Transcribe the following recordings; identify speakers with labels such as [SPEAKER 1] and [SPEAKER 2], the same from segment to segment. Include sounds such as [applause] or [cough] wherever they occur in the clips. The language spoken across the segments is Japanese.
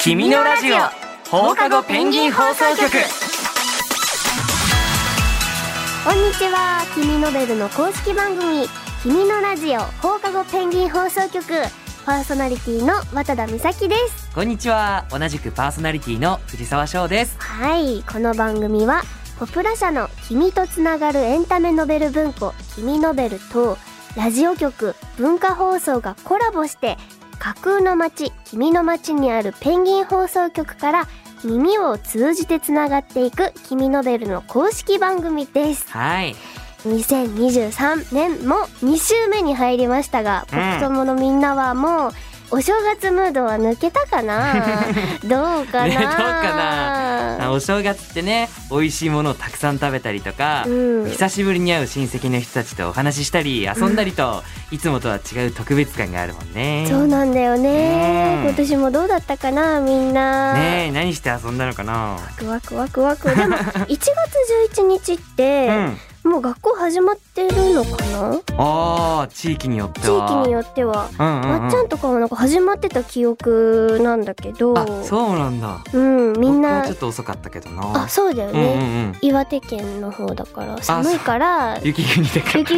[SPEAKER 1] 君のラジオ放課後ペンギン放送局
[SPEAKER 2] こんにちは君ノベルの公式番組君のラジオ放課後ペンギン放送局パーソナリティの渡田美咲です
[SPEAKER 1] こんにちは同じくパーソナリティの藤沢翔です
[SPEAKER 2] はいこの番組はポプラ社の君とつながるエンタメノベル文庫君ノベルとラジオ局文化放送がコラボして架空の街君の街にあるペンギン放送局から耳を通じてつながっていく君ノベルの公式番組です
[SPEAKER 1] はい
[SPEAKER 2] 2023年も2週目に入りましたが、
[SPEAKER 1] うん
[SPEAKER 2] ポップ友のみんなはもうお正月ムードは抜けた
[SPEAKER 1] [laughs]
[SPEAKER 2] かなどうかな,、
[SPEAKER 1] ねどうかあお正月ってね美味しいものをたくさん食べたりとか、
[SPEAKER 2] うん
[SPEAKER 1] 久しぶりに会う親戚の人たちとお話ししたり遊んだりと、いつもとは違う特別感があるもんね
[SPEAKER 2] そうなんだよね、
[SPEAKER 1] うん
[SPEAKER 2] 今年もどうだったかなみんな、
[SPEAKER 1] ねえ何して遊んだのかな
[SPEAKER 2] ワクワクワクワク
[SPEAKER 1] [laughs]
[SPEAKER 2] でも1月11日って、
[SPEAKER 1] ん
[SPEAKER 2] もう学校始まってるのかな
[SPEAKER 1] あー地域によって
[SPEAKER 2] 地
[SPEAKER 1] は
[SPEAKER 2] 域によ
[SPEAKER 1] っ
[SPEAKER 2] っては、
[SPEAKER 1] てうんうんうん、
[SPEAKER 2] まっちゃんとかはなんか始まってた記憶なんだけど
[SPEAKER 1] あそうなんだ
[SPEAKER 2] うんみん
[SPEAKER 1] 僕
[SPEAKER 2] な
[SPEAKER 1] はちょっと遅かったけどな
[SPEAKER 2] あそうだよ
[SPEAKER 1] う
[SPEAKER 2] ね、
[SPEAKER 1] んうんうん
[SPEAKER 2] 岩手県の方だから寒いから
[SPEAKER 1] 雪国だから
[SPEAKER 2] 雪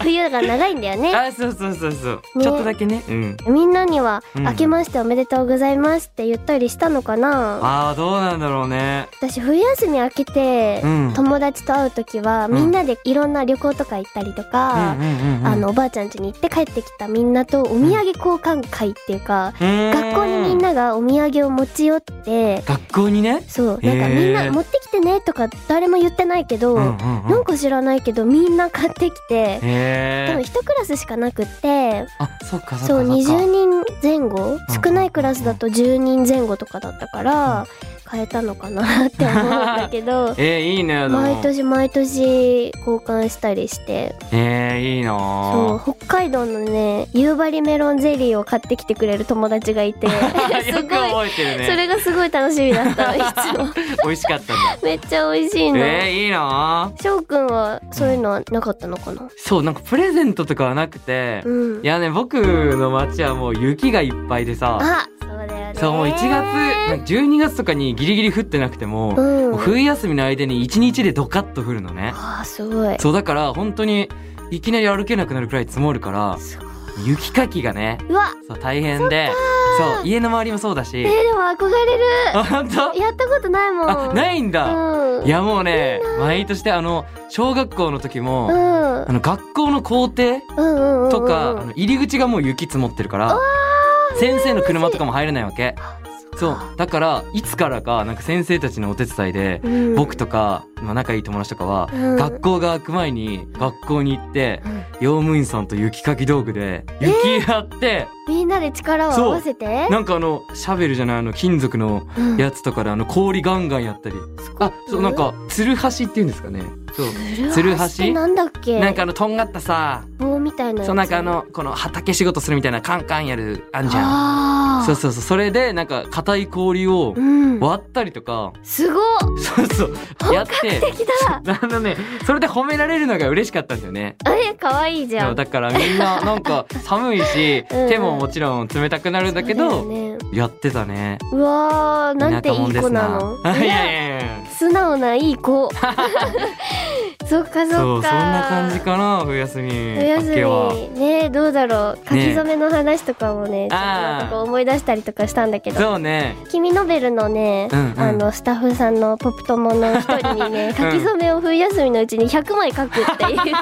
[SPEAKER 2] 冬が長いんだよね
[SPEAKER 1] あそうそうそうそう、
[SPEAKER 2] ね
[SPEAKER 1] ちょっとだけねうん
[SPEAKER 2] みんなには「
[SPEAKER 1] うん
[SPEAKER 2] 明けましておめでとうございます」って言ったりしたのかな
[SPEAKER 1] あーどうなんだろうね
[SPEAKER 2] 私冬休み明けて
[SPEAKER 1] うん
[SPEAKER 2] 友達と会う時は
[SPEAKER 1] ん
[SPEAKER 2] みんなでいろんな旅行とか行ったりとか
[SPEAKER 1] うんうんうんうん
[SPEAKER 2] あのおばあちゃん家に行って帰ってきたみんなとお土産交換会っていうか学
[SPEAKER 1] 学
[SPEAKER 2] 校にみんながお土産を持ち寄って
[SPEAKER 1] 学校にね
[SPEAKER 2] そうなんか
[SPEAKER 1] へー
[SPEAKER 2] みんな持ってきてねとか誰も言ってないけど
[SPEAKER 1] うん
[SPEAKER 2] な
[SPEAKER 1] うんうん
[SPEAKER 2] んか知らないけどみんな買ってきて
[SPEAKER 1] へ
[SPEAKER 2] 多分
[SPEAKER 1] え
[SPEAKER 2] 一クラスしかなくって
[SPEAKER 1] あそっかそっか
[SPEAKER 2] そう
[SPEAKER 1] っか
[SPEAKER 2] 20人前後
[SPEAKER 1] うん
[SPEAKER 2] 少ないクラスだと10人前後とかだったから変えたのかなって思うんだけど
[SPEAKER 1] えー、いいねでも
[SPEAKER 2] 毎年毎年交換したりして
[SPEAKER 1] えー、いい
[SPEAKER 2] そ
[SPEAKER 1] [laughs]
[SPEAKER 2] う
[SPEAKER 1] な
[SPEAKER 2] 北海道のね夕張メロンゼリーを買ってきてくれる友達がいて
[SPEAKER 1] ー [laughs]
[SPEAKER 2] す
[SPEAKER 1] よく
[SPEAKER 2] ごい。
[SPEAKER 1] 覚えてるね
[SPEAKER 2] それがすごい楽しみだ
[SPEAKER 1] [laughs]
[SPEAKER 2] ったのいつも
[SPEAKER 1] 美味しかったんだ
[SPEAKER 2] めっちゃ美味しいの
[SPEAKER 1] えー、いいな
[SPEAKER 2] 翔くんはそういうのはなかったのかな
[SPEAKER 1] そうなんかプレゼントとかはなくて、
[SPEAKER 2] う
[SPEAKER 1] い
[SPEAKER 2] ん
[SPEAKER 1] やね僕の町はもう雪がいっぱいでさ
[SPEAKER 2] あそうだよね
[SPEAKER 1] そうもう1月なんか12月とかにギリギリ降ってなくても,、
[SPEAKER 2] うん
[SPEAKER 1] もう冬休みの間に1日でドカッと降るのね
[SPEAKER 2] あーすごい
[SPEAKER 1] そうだから本当にいきなり歩けなくなるくらい積もるから
[SPEAKER 2] すごい
[SPEAKER 1] 雪かきがね
[SPEAKER 2] うわ
[SPEAKER 1] そう大変でそう家の周りもそうだし
[SPEAKER 2] えー、でも憧れる
[SPEAKER 1] あ本当
[SPEAKER 2] やったことないもん
[SPEAKER 1] あないんだ、
[SPEAKER 2] うん
[SPEAKER 1] いやもうね毎年であの小学校の時も、
[SPEAKER 2] うん
[SPEAKER 1] あの学校の校庭
[SPEAKER 2] うんうんうんうん
[SPEAKER 1] とか、あの入り口がもう雪積もってるから先生の車とかも入れないわけそうだからいつからかなんか先生たちのお手伝いで、
[SPEAKER 2] うん
[SPEAKER 1] 僕とか、まあ、仲いい友達とかは、
[SPEAKER 2] うん
[SPEAKER 1] 学校が開く前に学校に行って
[SPEAKER 2] うん
[SPEAKER 1] 用務員さんと雪かき道具で雪やって、
[SPEAKER 2] みんなで力を合わせて
[SPEAKER 1] なんかあのシャベルじゃないあの金属の
[SPEAKER 2] うん
[SPEAKER 1] やつとかであの氷ガンガンやったり、あそうなんかつるはしっていうんですかねそう
[SPEAKER 2] つ
[SPEAKER 1] つ
[SPEAKER 2] る
[SPEAKER 1] る
[SPEAKER 2] は
[SPEAKER 1] は
[SPEAKER 2] し
[SPEAKER 1] し
[SPEAKER 2] ってなんだっけ
[SPEAKER 1] なんかあのとんがったさ
[SPEAKER 2] 棒みたいなやつ
[SPEAKER 1] そうなんかあのこの畑仕事するみたいなカンカンやるあんじゃん
[SPEAKER 2] あー
[SPEAKER 1] そうそうそうそれでなんか硬い氷を
[SPEAKER 2] うん
[SPEAKER 1] 割ったりとか、
[SPEAKER 2] すごっ
[SPEAKER 1] そうそうや
[SPEAKER 2] 本
[SPEAKER 1] っ
[SPEAKER 2] 格
[SPEAKER 1] て
[SPEAKER 2] 的だ
[SPEAKER 1] [laughs] あのねそれで褒められるのが嬉しかったんだよね
[SPEAKER 2] あれ可愛いじゃ
[SPEAKER 1] そうんだからみん
[SPEAKER 2] [laughs]
[SPEAKER 1] ななんか寒いし
[SPEAKER 2] うん
[SPEAKER 1] 手ももちろん冷たくなるんだけど
[SPEAKER 2] そうだよね
[SPEAKER 1] やってたね
[SPEAKER 2] うわーなんてい
[SPEAKER 1] 田舎もん
[SPEAKER 2] い
[SPEAKER 1] で
[SPEAKER 2] 子
[SPEAKER 1] す
[SPEAKER 2] なの
[SPEAKER 1] [laughs] いやいやいや
[SPEAKER 2] 素直ない
[SPEAKER 1] [laughs]
[SPEAKER 2] い子そっかそっ
[SPEAKER 1] そ
[SPEAKER 2] か
[SPEAKER 1] うそんな感じかな冬休み
[SPEAKER 2] お休
[SPEAKER 1] 明けは
[SPEAKER 2] みねどうだろう書き
[SPEAKER 1] ね
[SPEAKER 2] 初めの話とかもねちょっと
[SPEAKER 1] あー
[SPEAKER 2] なんか思い出したりとかしたんだけど
[SPEAKER 1] そうね
[SPEAKER 2] 「君ノベル」のね、
[SPEAKER 1] うんうん
[SPEAKER 2] あのスタッフさんのポップ友の一人に
[SPEAKER 1] [laughs]
[SPEAKER 2] ね
[SPEAKER 1] うん
[SPEAKER 2] 書き初めを冬休みのうちに100枚書くって
[SPEAKER 1] [laughs]
[SPEAKER 2] いうね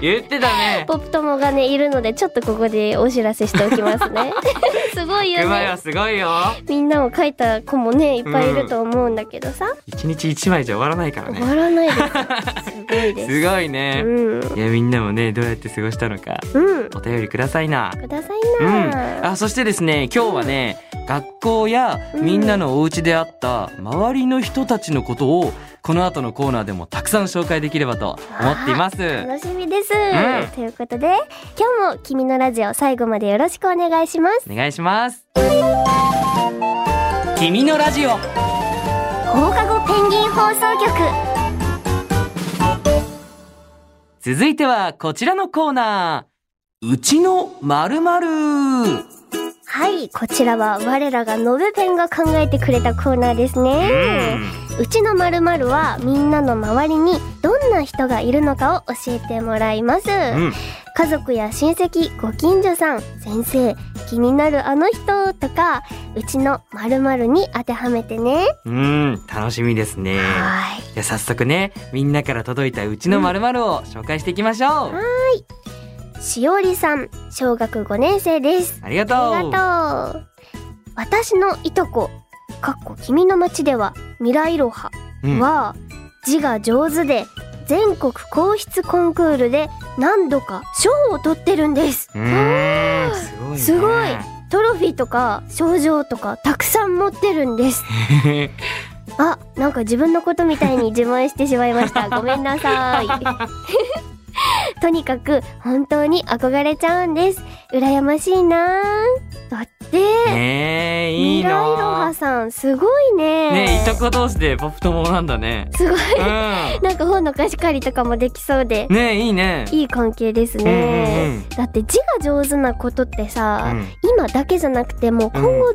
[SPEAKER 1] 言ってたね
[SPEAKER 2] ポップ友がねいるのでちょっとここでお知らせしておきます
[SPEAKER 1] [laughs]
[SPEAKER 2] ねすごいよ
[SPEAKER 1] 熊
[SPEAKER 2] ね
[SPEAKER 1] はすごいよ
[SPEAKER 2] みんなも書いた子もねいっぱいいると思うんだけどさ、
[SPEAKER 1] 一日一枚じゃ終わらないから
[SPEAKER 2] 終
[SPEAKER 1] ね
[SPEAKER 2] わらないですすごいです
[SPEAKER 1] すごいね
[SPEAKER 2] うん
[SPEAKER 1] いやみんなもねどうやって過ごしたのか
[SPEAKER 2] うん
[SPEAKER 1] お便りくださいな
[SPEAKER 2] くださ
[SPEAKER 1] う
[SPEAKER 2] い
[SPEAKER 1] ん
[SPEAKER 2] な、
[SPEAKER 1] あそしてですね今日はね学校やみんなのお家であった周りの人たちのことをこの後のコーナーでもたくさん紹介できればと思っています
[SPEAKER 2] 楽しみです、
[SPEAKER 1] ん
[SPEAKER 2] ということで今日も君のラジオ最後までよろしくお願いします
[SPEAKER 1] お願いします君のラジオ
[SPEAKER 2] 放課後ペンギン放送局
[SPEAKER 1] 続いてはこちらのコーナーうちのまるまる
[SPEAKER 2] はい、こちらは我らがのべペンが考えてくれたコーナーですね。うちのまるまるはみんなの周りにどんな人がいるのかを教えてもらいます。
[SPEAKER 1] うん
[SPEAKER 2] 家族や親戚、ご近所さん、先生、気になるあの人とか、うちのまるまるに当てはめてね。
[SPEAKER 1] うん楽しみですね
[SPEAKER 2] はい。
[SPEAKER 1] じゃあ早速ねみんなから届いたうちのまるまるを紹介していきましょう、
[SPEAKER 2] しおりさん、小学5年生です。
[SPEAKER 1] ありがとう
[SPEAKER 2] ありがとう。私のいとこ、かっこ君の町では、ミライロハ
[SPEAKER 1] うん
[SPEAKER 2] は、字が上手で、全国皇室コンクールで何度か賞を取ってるんです。
[SPEAKER 1] うーんすごい、ね、
[SPEAKER 2] すごいトロフィーとか賞状とかたくさん持ってる
[SPEAKER 1] [laughs]
[SPEAKER 2] んです。あ、なんか自分のことみたいに自慢してしまいま
[SPEAKER 1] [laughs]
[SPEAKER 2] した。ごめんなさい。とにかく本当に憧れちゃうんです。羨ましいなーだって、
[SPEAKER 1] ねえい
[SPEAKER 2] ミ
[SPEAKER 1] い
[SPEAKER 2] ライロ
[SPEAKER 1] な
[SPEAKER 2] ハさんすごいね
[SPEAKER 1] ねえいとこ同士でポップ友なんだね
[SPEAKER 2] すごい。
[SPEAKER 1] う
[SPEAKER 2] なんか本の貸し借りとかもできそうで
[SPEAKER 1] ん、ねえいいね
[SPEAKER 2] いい関係です
[SPEAKER 1] うんうんう
[SPEAKER 2] ね。
[SPEAKER 1] ん
[SPEAKER 2] だって字が上手なことってさ、
[SPEAKER 1] うん
[SPEAKER 2] 今だけじゃなくてもう今後永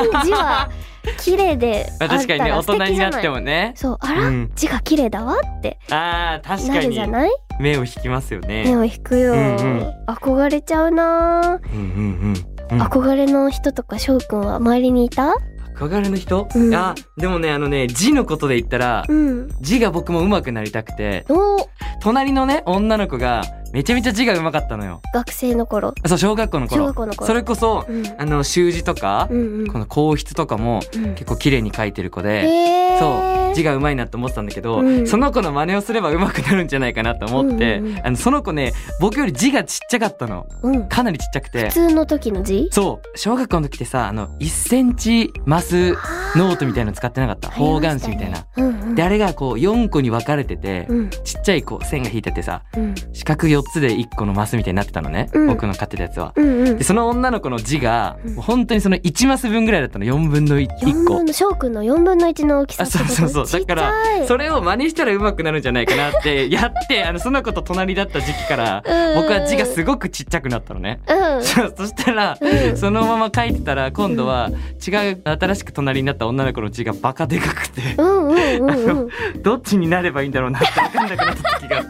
[SPEAKER 2] 遠に字は綺麗で
[SPEAKER 1] [laughs]
[SPEAKER 2] あ
[SPEAKER 1] まあ、
[SPEAKER 2] った
[SPEAKER 1] 確かにね
[SPEAKER 2] ら
[SPEAKER 1] 大
[SPEAKER 2] 素
[SPEAKER 1] 人
[SPEAKER 2] 敵
[SPEAKER 1] に
[SPEAKER 2] じゃ
[SPEAKER 1] な
[SPEAKER 2] な
[SPEAKER 1] っ
[SPEAKER 2] い
[SPEAKER 1] てもね
[SPEAKER 2] そうあら、
[SPEAKER 1] うん
[SPEAKER 2] 字が綺麗だわって
[SPEAKER 1] あー確か
[SPEAKER 2] なるじ
[SPEAKER 1] に
[SPEAKER 2] ゃない
[SPEAKER 1] 目を引きますよね
[SPEAKER 2] 目を引くよ、
[SPEAKER 1] うんうん
[SPEAKER 2] 憧れちゃうな、
[SPEAKER 1] うんうんうんうん
[SPEAKER 2] 憧れの人とか翔くんは周りにいた
[SPEAKER 1] 憧れの人、
[SPEAKER 2] うん
[SPEAKER 1] あでもねあのね字のことで言ったら
[SPEAKER 2] うん
[SPEAKER 1] 字が僕も上手くなりたくて
[SPEAKER 2] お
[SPEAKER 1] 隣のね女の子がめちゃめちゃ字が上手かったのよ
[SPEAKER 2] 学生の頃
[SPEAKER 1] そう小学校の頃
[SPEAKER 2] 小学校の頃
[SPEAKER 1] それこそ
[SPEAKER 2] うん
[SPEAKER 1] あの習字とか、
[SPEAKER 2] うんうん
[SPEAKER 1] この硬筆とかも
[SPEAKER 2] うん
[SPEAKER 1] 結構綺麗に書いてる子で、
[SPEAKER 2] へー
[SPEAKER 1] そう字が上手いなって思ってたんだけど、
[SPEAKER 2] うん
[SPEAKER 1] その子の真似をすれば上手くなるんじゃないかなと思って、
[SPEAKER 2] うんうんうん
[SPEAKER 1] あのその子ね僕より字がちっちゃかったの
[SPEAKER 2] うん
[SPEAKER 1] かなりちっちゃくて
[SPEAKER 2] 普通の時の字
[SPEAKER 1] そう小学校の時ってさあの1センチマスノートみたいな
[SPEAKER 2] な
[SPEAKER 1] の使ってなかった方眼紙みたいな。
[SPEAKER 2] うんうん
[SPEAKER 1] であれがこう4個に分かれてて、
[SPEAKER 2] うん
[SPEAKER 1] ちっちゃいこう線が引いててさ
[SPEAKER 2] うん
[SPEAKER 1] 四角4つで1個のマスみたいになってたのね、
[SPEAKER 2] うん
[SPEAKER 1] 僕の買ってたやつは。
[SPEAKER 2] うんうん
[SPEAKER 1] でその女の子の字が
[SPEAKER 2] うん
[SPEAKER 1] もう本当にその1マス分ぐらいだったの4分の 1,
[SPEAKER 2] 四
[SPEAKER 1] 個
[SPEAKER 2] 分の翔くんの四分の一の大きさ
[SPEAKER 1] あ
[SPEAKER 2] ってこ
[SPEAKER 1] そう
[SPEAKER 2] と
[SPEAKER 1] そうそうだから
[SPEAKER 2] ちっちゃい
[SPEAKER 1] それを真似したら上手くなるんじゃないかなって
[SPEAKER 2] [laughs]
[SPEAKER 1] やってあのその子と隣だった時期から
[SPEAKER 2] うん
[SPEAKER 1] 僕は字がすごくちっちゃくなったのね。
[SPEAKER 2] うん
[SPEAKER 1] そうそしたら、
[SPEAKER 2] うん
[SPEAKER 1] そのまま書いてたら今度は違う新しく隣になった女の子の字がバカでかくて
[SPEAKER 2] うんうんうん
[SPEAKER 1] [laughs]
[SPEAKER 2] うん
[SPEAKER 1] どっちになればいいんだろうなって分かんなくなった時があって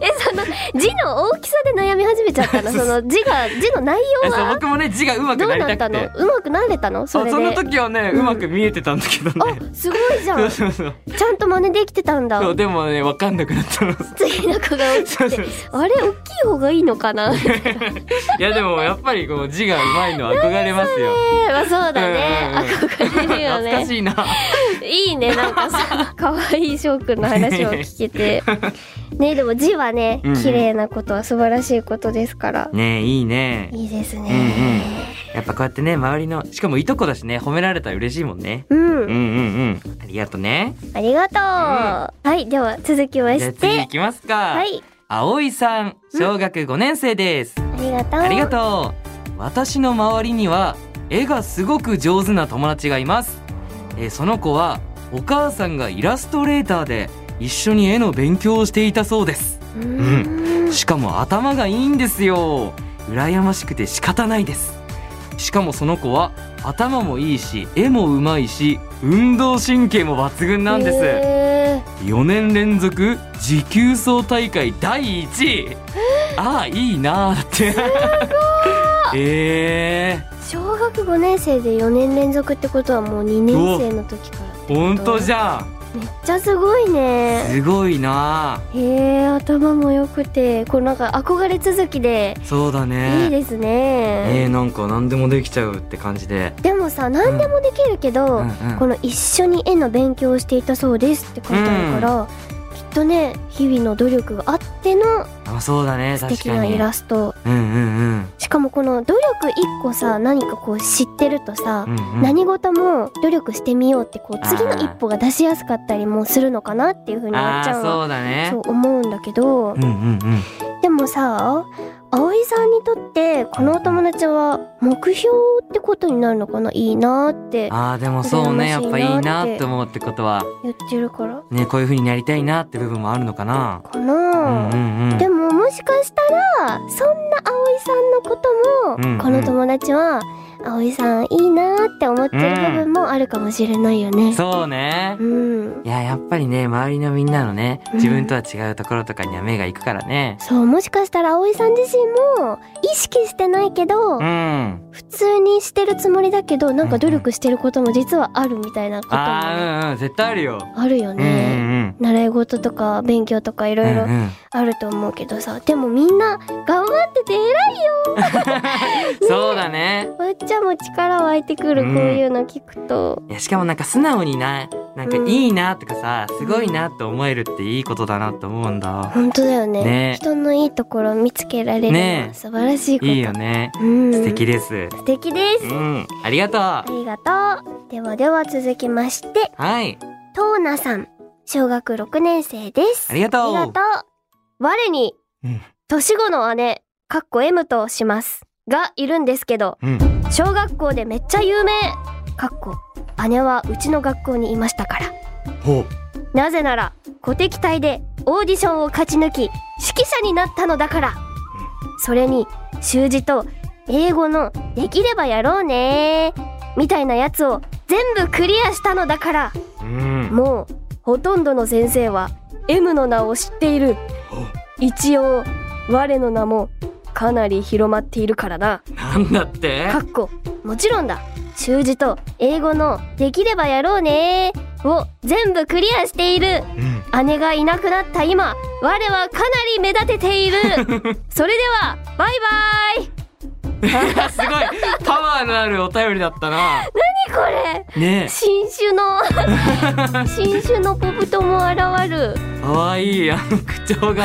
[SPEAKER 2] えその字の大きさで悩み始めちゃったのその字が字の内容
[SPEAKER 1] えそう
[SPEAKER 2] は
[SPEAKER 1] 僕もね字が上手
[SPEAKER 2] ど
[SPEAKER 1] くな
[SPEAKER 2] うな
[SPEAKER 1] り
[SPEAKER 2] っ
[SPEAKER 1] た
[SPEAKER 2] た
[SPEAKER 1] く
[SPEAKER 2] の
[SPEAKER 1] て
[SPEAKER 2] うまくなれたのそ
[SPEAKER 1] そ
[SPEAKER 2] れ
[SPEAKER 1] う
[SPEAKER 2] で
[SPEAKER 1] その時はね
[SPEAKER 2] うん
[SPEAKER 1] うまく見えてたんだけどね、
[SPEAKER 2] あすごいじゃんち
[SPEAKER 1] そうそうそう
[SPEAKER 2] ゃんと真似できてたんだ
[SPEAKER 1] そうでもね分かんなくなったの。
[SPEAKER 2] [laughs] 次の子が大き
[SPEAKER 1] そう
[SPEAKER 2] く
[SPEAKER 1] そ
[SPEAKER 2] て
[SPEAKER 1] う
[SPEAKER 2] あれ大きい方がいいのかなえ
[SPEAKER 1] いやでもやっぱりこう字が上手いのは憧れますよ。
[SPEAKER 2] ーまあ [laughs] そうだね
[SPEAKER 1] うんうんうん
[SPEAKER 2] 憧れるよ
[SPEAKER 1] 懐か
[SPEAKER 2] ね
[SPEAKER 1] しいな。
[SPEAKER 2] [laughs] いいねなん
[SPEAKER 1] [laughs]
[SPEAKER 2] かさ可愛い翔くんの話を聞けてねでも字はね
[SPEAKER 1] うんうん
[SPEAKER 2] 綺麗なことは素晴らしいことですから
[SPEAKER 1] ねえいいね。
[SPEAKER 2] いいです
[SPEAKER 1] うんうん
[SPEAKER 2] ね。
[SPEAKER 1] やっぱこうやってね周りのしかもいとこだしね褒められたら嬉しいもんね。
[SPEAKER 2] うん
[SPEAKER 1] うんうんうん。ありがとね。
[SPEAKER 2] ありがとう、はいでは続きま
[SPEAKER 1] じゃあ
[SPEAKER 2] し
[SPEAKER 1] 次
[SPEAKER 2] て
[SPEAKER 1] 行きますか。
[SPEAKER 2] はい
[SPEAKER 1] 葵さん小学5年生です。
[SPEAKER 2] ありがとう
[SPEAKER 1] ありがとう。私の周りには絵がすごく上手な友達がいます。えーその子はお母さんがイラストレーターで一緒に絵の勉強をしていたそうです。
[SPEAKER 2] うーん
[SPEAKER 1] しかも頭がいいんですよ羨ましくて仕方ないですしかもその子は頭もいいし絵もうまいし運動神経も抜群なんです
[SPEAKER 2] へ
[SPEAKER 1] 4年連続持久走大会第1位ああいいなーってえ
[SPEAKER 2] ー小学5年生で4年連続ってことはもう2年生の時から
[SPEAKER 1] ー、ほんとじゃん
[SPEAKER 2] めっちゃすごいね
[SPEAKER 1] すごいな
[SPEAKER 2] へえ頭も良くてこうなんか憧れ続きで
[SPEAKER 1] ーそうだね
[SPEAKER 2] いいです
[SPEAKER 1] えー、
[SPEAKER 2] ね
[SPEAKER 1] なんか何でもできちゃうって感じで
[SPEAKER 2] でもさ何でもできるけど、
[SPEAKER 1] うんうん
[SPEAKER 2] この一緒に絵の勉強をしていたそうですって書いてあるから、きっとね日々の努力があっての
[SPEAKER 1] あそうだね
[SPEAKER 2] 素
[SPEAKER 1] 確
[SPEAKER 2] 敵
[SPEAKER 1] か
[SPEAKER 2] な
[SPEAKER 1] に
[SPEAKER 2] イラスト
[SPEAKER 1] うんうん
[SPEAKER 2] しかもこの努力一個さ何かこう知ってるとさ、
[SPEAKER 1] うんうんうん
[SPEAKER 2] 何事も努力してみようってこう次の一歩が出しやすかったりもするのかなっていうふうになっち
[SPEAKER 1] あ
[SPEAKER 2] ゃ
[SPEAKER 1] ー
[SPEAKER 2] うの
[SPEAKER 1] そうだね
[SPEAKER 2] そう思うんだけど
[SPEAKER 1] うんうんうん
[SPEAKER 2] でもさ葵さんにとってこのお友達は目標ってことになるのかないいなーって
[SPEAKER 1] あーでもそうねやっ
[SPEAKER 2] 羨
[SPEAKER 1] ぱ
[SPEAKER 2] まし
[SPEAKER 1] い
[SPEAKER 2] いないって
[SPEAKER 1] なって思うってことは
[SPEAKER 2] 言ってるから
[SPEAKER 1] ねこういう風になりたいなって部分もあるのかな
[SPEAKER 2] か
[SPEAKER 1] うんう
[SPEAKER 2] な、
[SPEAKER 1] んうん
[SPEAKER 2] でもももしかしたらそんな葵さんのことも、
[SPEAKER 1] うん
[SPEAKER 2] この友達は葵さんいいなーって思ってる部分もあるかもしれないよね。
[SPEAKER 1] そうね
[SPEAKER 2] うん、
[SPEAKER 1] いややっぱりね周りのみんなのね自分とは違うところとかには目がいくからね
[SPEAKER 2] そうもしかしたら葵さん自身も意識してないけ
[SPEAKER 1] う
[SPEAKER 2] ど、
[SPEAKER 1] ん
[SPEAKER 2] 普通にしてるつもりだけどなんか努力してることも実はあるみたいなこともあ
[SPEAKER 1] あーうんうん絶対あるよ
[SPEAKER 2] るよ
[SPEAKER 1] うんう
[SPEAKER 2] ね。
[SPEAKER 1] ん
[SPEAKER 2] 習い事とか勉強とかいろ
[SPEAKER 1] う
[SPEAKER 2] いろ
[SPEAKER 1] んうん
[SPEAKER 2] あると思うけどさでもみんな頑張ってて偉いよ
[SPEAKER 1] そうだね
[SPEAKER 2] おっちゃんも力湧いてくる
[SPEAKER 1] うん
[SPEAKER 2] こういうの聞くと、
[SPEAKER 1] いやしかもなんか素直にななんか
[SPEAKER 2] うん
[SPEAKER 1] いいなとかさすごいなって思えるっていいことだなって思うんだ
[SPEAKER 2] 本当だよね
[SPEAKER 1] ね
[SPEAKER 2] 人のいいところ見つけられるの
[SPEAKER 1] ね
[SPEAKER 2] は素晴らしいこと
[SPEAKER 1] いいよね
[SPEAKER 2] うん、
[SPEAKER 1] 素敵です
[SPEAKER 2] 素敵です、
[SPEAKER 1] うんありがとう
[SPEAKER 2] ありがとうではでは続きまして
[SPEAKER 1] はい
[SPEAKER 2] トーナさん小学6年生です
[SPEAKER 1] ありがとう
[SPEAKER 2] ありがとう我に
[SPEAKER 1] うん
[SPEAKER 2] 年子の姉かっこ M としますがいるんですけど
[SPEAKER 1] うん
[SPEAKER 2] 小学校でめっちゃ有名かっこ姉はうちの学校にいましたから
[SPEAKER 1] ほう
[SPEAKER 2] なぜなら小敵隊でオーディションを勝ち抜き指揮者になったのだからそれに習字と英語の「できればやろうね」みたいなやつを全部クリアしたのだから
[SPEAKER 1] うん
[SPEAKER 2] もうほとんどの先生は M の名を知っている
[SPEAKER 1] ほう
[SPEAKER 2] 一応我の名もかなり広まっているからな
[SPEAKER 1] なんだって
[SPEAKER 2] かっこもちろんだ習字と英語の「できればやろうね」を全部クリアしている
[SPEAKER 1] うん [laughs]
[SPEAKER 2] 姉がいなくなった今我はかなり目立てて
[SPEAKER 1] [laughs]
[SPEAKER 2] いるそれではバイバイ
[SPEAKER 1] あすごいパワーのあるお便りだったな
[SPEAKER 2] 何これ
[SPEAKER 1] ね
[SPEAKER 2] 新
[SPEAKER 1] [laughs]
[SPEAKER 2] 種の新種のポプトも現る
[SPEAKER 1] え可愛いあの口調が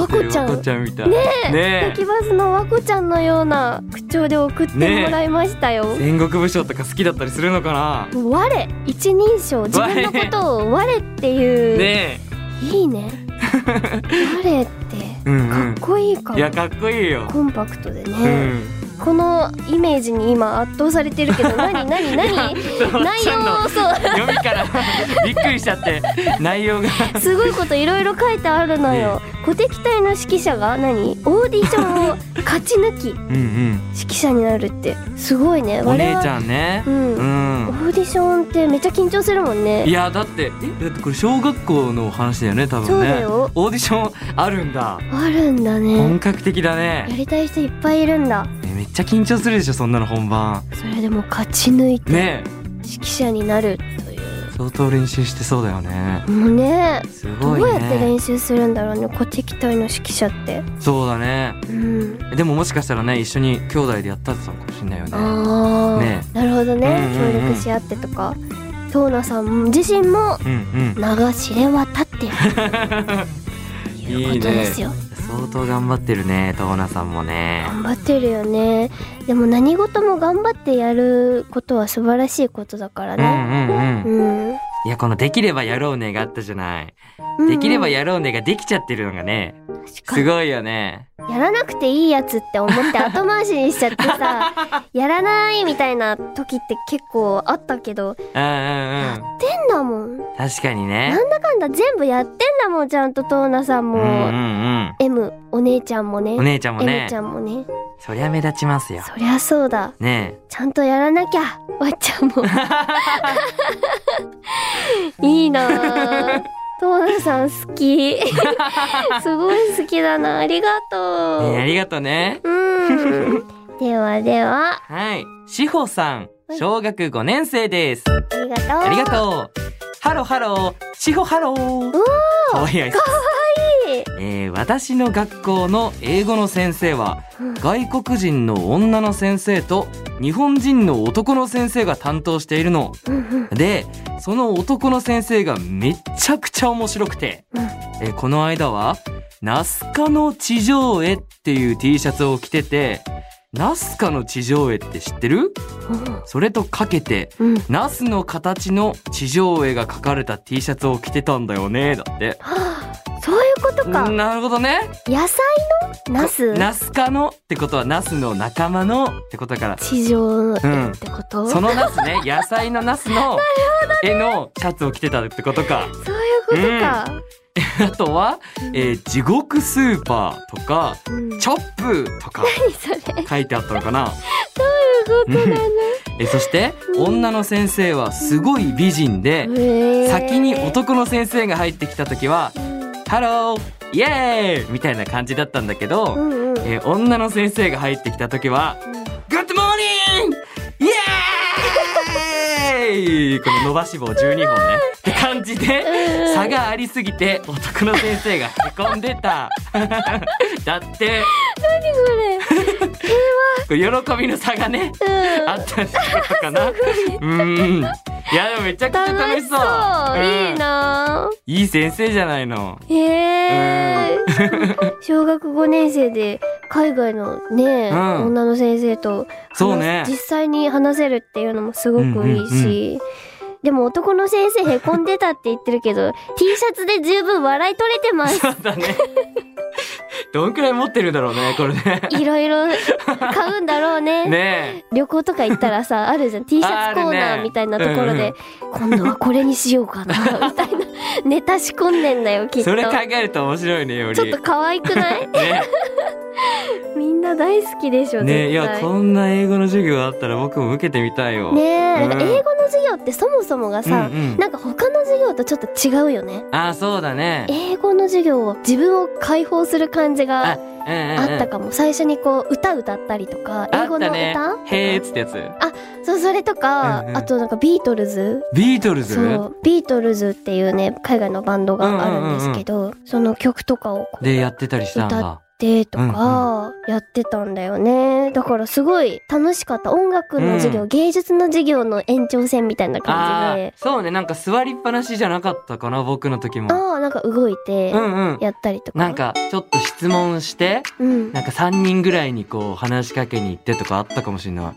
[SPEAKER 2] わこちゃん
[SPEAKER 1] わこちゃんみたいねえ
[SPEAKER 2] テキバスの和子ちゃんのような口調で送ってもらいましたよ、
[SPEAKER 1] 戦国武将とか好きだったりするのかな
[SPEAKER 2] 我一人称自分のことを我っていう、
[SPEAKER 1] ね
[SPEAKER 2] い
[SPEAKER 1] [laughs]
[SPEAKER 2] いね我って
[SPEAKER 1] えうんう
[SPEAKER 2] かっ
[SPEAKER 1] ん
[SPEAKER 2] こいいかも
[SPEAKER 1] いやかっこいいよ
[SPEAKER 2] コンパクトで
[SPEAKER 1] う
[SPEAKER 2] ね、
[SPEAKER 1] ん
[SPEAKER 2] このイメージに今圧倒されてるけ
[SPEAKER 1] [laughs]
[SPEAKER 2] ど何何何内容をそう
[SPEAKER 1] 読みから [laughs] びっくりしちゃって内容が
[SPEAKER 2] すごいこといろいろ書いてあるのよ小敵隊の指揮者が何オーディションを勝ち抜き指
[SPEAKER 1] うんうん
[SPEAKER 2] 揮者になるってすごいね
[SPEAKER 1] お姉ち
[SPEAKER 2] 我々
[SPEAKER 1] ゃんね
[SPEAKER 2] うん
[SPEAKER 1] うん
[SPEAKER 2] オーディションってめっちゃ緊張するもん
[SPEAKER 1] い
[SPEAKER 2] ね
[SPEAKER 1] やだってえだってこれ小学校の話だよね多
[SPEAKER 2] そう
[SPEAKER 1] 分
[SPEAKER 2] だ
[SPEAKER 1] ね
[SPEAKER 2] よ
[SPEAKER 1] オーディションあるんだ
[SPEAKER 2] あるんだね
[SPEAKER 1] 本格的だ
[SPEAKER 2] や
[SPEAKER 1] ね
[SPEAKER 2] りたい人いっぱいいるんだ
[SPEAKER 1] ねめっちゃ緊張するでしょそんなの本番
[SPEAKER 2] それでも勝ち抜いて
[SPEAKER 1] ね
[SPEAKER 2] 指揮者になるとい
[SPEAKER 1] え
[SPEAKER 2] う
[SPEAKER 1] 相当練習してそうだよね
[SPEAKER 2] もうね
[SPEAKER 1] す
[SPEAKER 2] ど
[SPEAKER 1] ごいう
[SPEAKER 2] やって
[SPEAKER 1] ね
[SPEAKER 2] 練習するんだろうね小敵隊の指揮者って
[SPEAKER 1] そうだね
[SPEAKER 2] うん
[SPEAKER 1] でももしかしたらね一緒に兄弟でやったってたのかもしれないよね
[SPEAKER 2] ああ、
[SPEAKER 1] ね
[SPEAKER 2] なるほどね、
[SPEAKER 1] うんうんうん
[SPEAKER 2] 協力し合ってとかトーナさん自身も
[SPEAKER 1] うんうん
[SPEAKER 2] 名が知れ渡
[SPEAKER 1] [laughs]
[SPEAKER 2] っているいうことですよ
[SPEAKER 1] 相当頑張ってるねトーナさんもね
[SPEAKER 2] 頑張ってるよねでも何事も頑張ってやることは素晴らしいことだから
[SPEAKER 1] うんう
[SPEAKER 2] ね、
[SPEAKER 1] んうん
[SPEAKER 2] うん
[SPEAKER 1] いやこの「できればやろうね」があったじゃない
[SPEAKER 2] うん
[SPEAKER 1] できればやろうねができちゃってるのがね
[SPEAKER 2] 確か
[SPEAKER 1] す
[SPEAKER 2] に
[SPEAKER 1] ごいよね
[SPEAKER 2] やらなくていいやつって思って後回しにしちゃって
[SPEAKER 1] [laughs]
[SPEAKER 2] さやらないみたいな時って結構あったけど
[SPEAKER 1] うんうんうん
[SPEAKER 2] 変だもん
[SPEAKER 1] 確かにね
[SPEAKER 2] なんだかんだ全部やってんだもんちゃんとトーナさん
[SPEAKER 1] う
[SPEAKER 2] も、
[SPEAKER 1] んうんうん
[SPEAKER 2] M お姉ちゃんもね
[SPEAKER 1] お姉ちゃんも
[SPEAKER 2] M
[SPEAKER 1] ね
[SPEAKER 2] ちゃんもね
[SPEAKER 1] そりゃ目立ちますよ
[SPEAKER 2] そりゃそうだ
[SPEAKER 1] ね
[SPEAKER 2] ちゃんとやらなきゃわっちゃ
[SPEAKER 1] [laughs]
[SPEAKER 2] んもいいなあトーナさん好
[SPEAKER 1] [laughs]
[SPEAKER 2] きすごい好きだなありが
[SPEAKER 1] え
[SPEAKER 2] とう、
[SPEAKER 1] ねえありがとうね
[SPEAKER 2] うんではでは
[SPEAKER 1] はいしほさん
[SPEAKER 2] はい
[SPEAKER 1] 小学5年生です
[SPEAKER 2] ありがとう
[SPEAKER 1] ありがとうハローハローしほハローかわいい挨拶
[SPEAKER 2] いい
[SPEAKER 1] えー私の学校の英語の先生は
[SPEAKER 2] うん
[SPEAKER 1] 外国人の女の先生と日本人の男の先生が担当しているの。
[SPEAKER 2] うんうん
[SPEAKER 1] でその男の先生がめっちゃくちゃ面白くて、
[SPEAKER 2] うん
[SPEAKER 1] えーこの間は「ナスカの地上絵」っていう T シャツを着てて「ナスカの地上絵」って知ってるそれとかけて
[SPEAKER 2] うん
[SPEAKER 1] ナスの形の地上絵が描かれた T シャツを着てたんだよねだって。
[SPEAKER 2] はあそういうことか、
[SPEAKER 1] うんなるほどね。
[SPEAKER 2] 野菜のナス
[SPEAKER 1] ナス科のってことはナスの仲間のってことだから
[SPEAKER 2] 地上っ
[SPEAKER 1] うん
[SPEAKER 2] てこと、
[SPEAKER 1] そのナス
[SPEAKER 2] [laughs]
[SPEAKER 1] ね野
[SPEAKER 2] [laughs]
[SPEAKER 1] 菜のナスの絵のシャツを着てたってことか
[SPEAKER 2] そういうことか、
[SPEAKER 1] あとは、えー地獄スーパーとか、
[SPEAKER 2] うん
[SPEAKER 1] チョップとか
[SPEAKER 2] 何それ
[SPEAKER 1] 書いてあったのかな。
[SPEAKER 2] どういうことなの
[SPEAKER 1] えそして、女の先生はすごい美人で、
[SPEAKER 2] へー
[SPEAKER 1] 先に男の先生が入ってきた時は
[SPEAKER 2] うん
[SPEAKER 1] 「ハローイエーイ!」みたいな感じだったんだけ
[SPEAKER 2] う
[SPEAKER 1] ど、
[SPEAKER 2] んうんうん
[SPEAKER 1] えー女の先生が入ってきた時は「グッドモーニングイエーイ!」この伸ばし棒12本ねって感じで差がありすぎて男の先生がへこんでた [laughs] だって
[SPEAKER 2] 何こ
[SPEAKER 1] これ喜びの差がね
[SPEAKER 2] れうん
[SPEAKER 1] あったんじゃないのかなうーんいやでもめちゃくちゃ楽
[SPEAKER 2] 楽
[SPEAKER 1] し
[SPEAKER 2] し
[SPEAKER 1] そ
[SPEAKER 2] そうう
[SPEAKER 1] うん
[SPEAKER 2] いいない
[SPEAKER 1] い先生じゃないの
[SPEAKER 2] へえ小学5年生で海外のね、
[SPEAKER 1] うん
[SPEAKER 2] 女の先生と話
[SPEAKER 1] そうね
[SPEAKER 2] 実際に話せるっていうのもすごくいいし、でも男の先生へこんでたって言ってるけど T シャツで十分笑い取れてます
[SPEAKER 1] そうだね。どんくらい持ってるんだろうね、これね。
[SPEAKER 2] いろいろ買うんだろうね
[SPEAKER 1] ね
[SPEAKER 2] 旅行とか行った
[SPEAKER 1] [laughs]
[SPEAKER 2] らさあるじゃん T シャツコー
[SPEAKER 1] ある
[SPEAKER 2] ナ
[SPEAKER 1] ね
[SPEAKER 2] ーみたいなところで、今度はこれにしよう
[SPEAKER 1] [laughs]
[SPEAKER 2] かなみたいなネタ仕込んでんだよき
[SPEAKER 1] え。
[SPEAKER 2] っと
[SPEAKER 1] それ考えると面白いね、より。
[SPEAKER 2] ちょっと可愛くな
[SPEAKER 1] [laughs]
[SPEAKER 2] い
[SPEAKER 1] ね
[SPEAKER 2] みんな大好きでしょ絶
[SPEAKER 1] ね
[SPEAKER 2] 対
[SPEAKER 1] いや、こんな英語の授業あったら僕も受けてみたいよ。
[SPEAKER 2] ねえ、
[SPEAKER 1] うん
[SPEAKER 2] なんか英語の授業ってそもそもがさ、
[SPEAKER 1] うんうん
[SPEAKER 2] なんか他の授業とちょっと違うよね
[SPEAKER 1] あ、そうだね。
[SPEAKER 2] 英語の授業は自分を解放する感じが
[SPEAKER 1] うんうんうん
[SPEAKER 2] あったかも、最初にこう歌歌ったりとか英語
[SPEAKER 1] あ
[SPEAKER 2] の歌、
[SPEAKER 1] ったね。へーっつってやつ。
[SPEAKER 2] そうそれとか、
[SPEAKER 1] うんうん
[SPEAKER 2] あとなんかビートルズ
[SPEAKER 1] ビートルズ
[SPEAKER 2] そうビートルズっていうね海外のバンドがあるんですけど、その曲とかをこう
[SPEAKER 1] でやってたりしたん
[SPEAKER 2] 歌
[SPEAKER 1] だ。
[SPEAKER 2] でとかやってたんだよねだからすごい楽しかった音楽の授業、
[SPEAKER 1] うん
[SPEAKER 2] 芸術の授業の延長線みたいな
[SPEAKER 1] あ
[SPEAKER 2] 感じ
[SPEAKER 1] ー
[SPEAKER 2] で
[SPEAKER 1] そうね、なんか座りっぱなしじゃなかったかな、僕の時も。
[SPEAKER 2] ああなんか動いて
[SPEAKER 1] うんうん。
[SPEAKER 2] やったりとか、
[SPEAKER 1] なんか、ちょっと質問して、
[SPEAKER 2] うん、
[SPEAKER 1] なんか3人ぐらいにこう話しかけに行ってとかあったかもしれない。
[SPEAKER 2] あ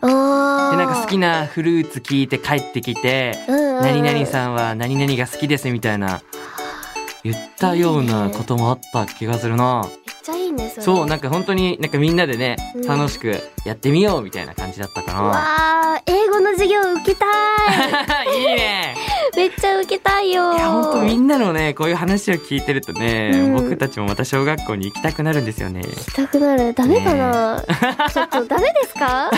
[SPEAKER 1] で
[SPEAKER 2] あ
[SPEAKER 1] なんか好きなフルーツ聞いて帰ってきて「何々
[SPEAKER 2] ん
[SPEAKER 1] さんは何々が好きです」みたいな言ったようなこともあった気がするな
[SPEAKER 2] めっちゃいいねそれ
[SPEAKER 1] そう
[SPEAKER 2] な
[SPEAKER 1] なんか本当になんかみんなでね
[SPEAKER 2] うん
[SPEAKER 1] 楽しくやってみようみたいな感じだったかな
[SPEAKER 2] わあ英語の授業受けた
[SPEAKER 1] [laughs] いいね
[SPEAKER 2] いめっちゃ受けたいよ
[SPEAKER 1] いや本当みんなのねこういう話を聞いてるとね、
[SPEAKER 2] うん
[SPEAKER 1] 僕たちもまた小学校に行きたくなるんですよね
[SPEAKER 2] 行きたくなるダメかな、ちょっとダメですか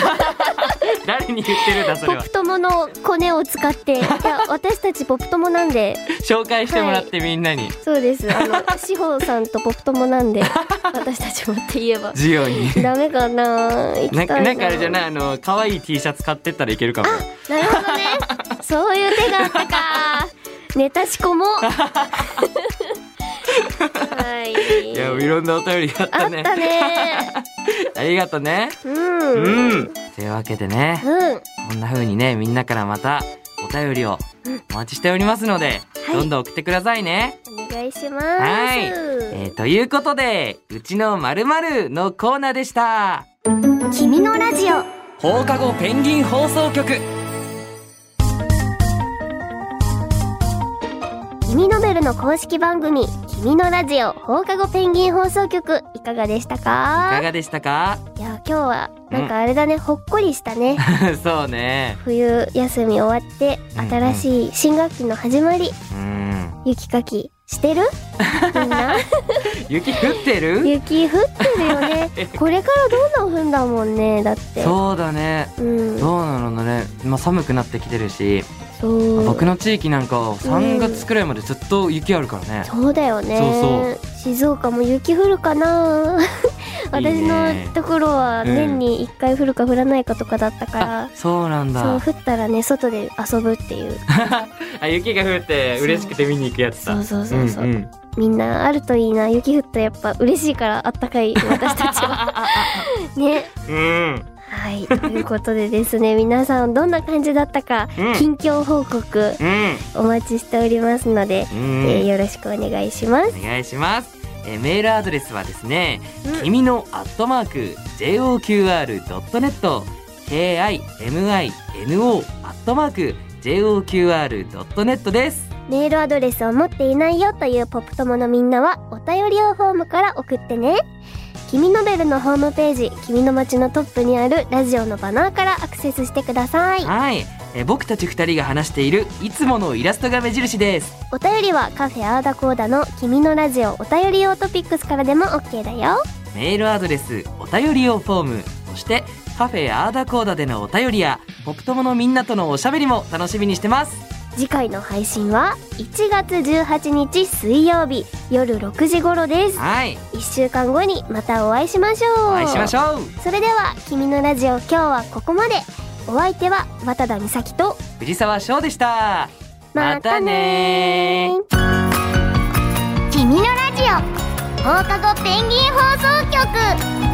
[SPEAKER 1] 誰に言ってるんだそ
[SPEAKER 2] ポ
[SPEAKER 1] れは
[SPEAKER 2] ップ友のコネを
[SPEAKER 1] [laughs]
[SPEAKER 2] 使っていや私たちポップ友なんで
[SPEAKER 1] 紹介してもらってみんなに
[SPEAKER 2] そうですあ
[SPEAKER 1] [laughs]
[SPEAKER 2] の志保さんとポップ友なんで私たちもって言えば
[SPEAKER 1] 授業に
[SPEAKER 2] ダメかな行きた
[SPEAKER 1] [laughs] ないんか
[SPEAKER 2] な
[SPEAKER 1] なんかあれじゃないあの可愛い T シャツ買ってったらいけるかも
[SPEAKER 2] なるほど
[SPEAKER 1] [laughs]
[SPEAKER 2] ねそういう手があったかネタし
[SPEAKER 1] [laughs]
[SPEAKER 2] こもはい
[SPEAKER 1] いや、いろんなお便りがあっ
[SPEAKER 2] あ
[SPEAKER 1] た
[SPEAKER 2] っ
[SPEAKER 1] ね。
[SPEAKER 2] たね
[SPEAKER 1] [laughs] ありがとうね。
[SPEAKER 2] うん
[SPEAKER 1] う
[SPEAKER 2] うん
[SPEAKER 1] ん。というわけでね、こんな風にね、みんなからまたお便りをお待ちしておりますので、
[SPEAKER 2] はい
[SPEAKER 1] どんどん送ってくださいね。
[SPEAKER 2] お願いします
[SPEAKER 1] はいえーということで、うちのまるまるのコーナーでした。
[SPEAKER 2] 君のラジオ
[SPEAKER 1] 放課後ペンギン放送局。
[SPEAKER 2] 君ノベルの公式番組君のラジオ放課後ペンギン放送局いかがでした
[SPEAKER 1] いか
[SPEAKER 2] か
[SPEAKER 1] がでしたか [laughs]
[SPEAKER 2] いや今日はなんかあれだね、ほっこりしたね
[SPEAKER 1] そうね。
[SPEAKER 2] 冬休み終わって
[SPEAKER 1] うんうん
[SPEAKER 2] 新しい新学期の始まり、
[SPEAKER 1] うん。
[SPEAKER 2] 雪かきしてるみ
[SPEAKER 1] [laughs]
[SPEAKER 2] んな
[SPEAKER 1] 雪降ってる
[SPEAKER 2] 雪降ってるよね
[SPEAKER 1] [laughs]
[SPEAKER 2] これからどんどん降んだもんねだって
[SPEAKER 1] そうだね。
[SPEAKER 2] う、ん、
[SPEAKER 1] どうなのね。まあ寒くなってきてるし、
[SPEAKER 2] そう
[SPEAKER 1] 僕の地域なんかは3月くらいまでずっと雪あるからね。
[SPEAKER 2] そうだよね
[SPEAKER 1] そ
[SPEAKER 2] 静岡も雪降るかな私
[SPEAKER 1] いいね
[SPEAKER 2] のところは
[SPEAKER 1] うん
[SPEAKER 2] 年に1回降るか降らないかとかだったから、
[SPEAKER 1] あそうなんだ
[SPEAKER 2] そう降ったらね外で遊ぶっていう
[SPEAKER 1] あ雪が降って嬉しくて見に行くやつ
[SPEAKER 2] そ
[SPEAKER 1] だ
[SPEAKER 2] うそうそうそう、
[SPEAKER 1] んん
[SPEAKER 2] みんなあるといいな雪降ったらやっぱ嬉しいからあったかい私たち [laughs] はね
[SPEAKER 1] うん
[SPEAKER 2] はいということでですね皆さんどんな感じだったか、
[SPEAKER 1] うん
[SPEAKER 2] 近況報告
[SPEAKER 1] うん
[SPEAKER 2] お待ちしておりますので、
[SPEAKER 1] うん
[SPEAKER 2] えーよろしくお願いします。
[SPEAKER 1] お願いしますえーメールアドレスはですね、
[SPEAKER 2] うん
[SPEAKER 1] 君のアットマーク JOQR.net KIMINO アットマーク JOQR.net です
[SPEAKER 2] メールアドレスを持っていないよというポップ友のみんなはお便り用フォームから送ってね。君ノベルのホームページ君の街のトップにあるラジオのバナーからアクセスしてください
[SPEAKER 1] はい、えー僕たち2人が話しているいつものイラストが目印です
[SPEAKER 2] お便りはカフェアーダコーダの君のラジオお便り用トピックスからでも OK だよ
[SPEAKER 1] メールアドレスお便り用フォームそしてカフェアーダコーダでのお便りやポクトモのみんなとのおしゃべりも楽しみにしてます
[SPEAKER 2] 次回の配信は1月18日水曜日夜6時頃です
[SPEAKER 1] はい
[SPEAKER 2] 1週間後にまたお会いしましょう
[SPEAKER 1] お会いしましょう
[SPEAKER 2] それでは君のラジオ今日はここまでお相手は渡田美咲と
[SPEAKER 1] 藤沢翔でした
[SPEAKER 2] また
[SPEAKER 1] ねー
[SPEAKER 2] 君のラジオ放課後ペンギン放送局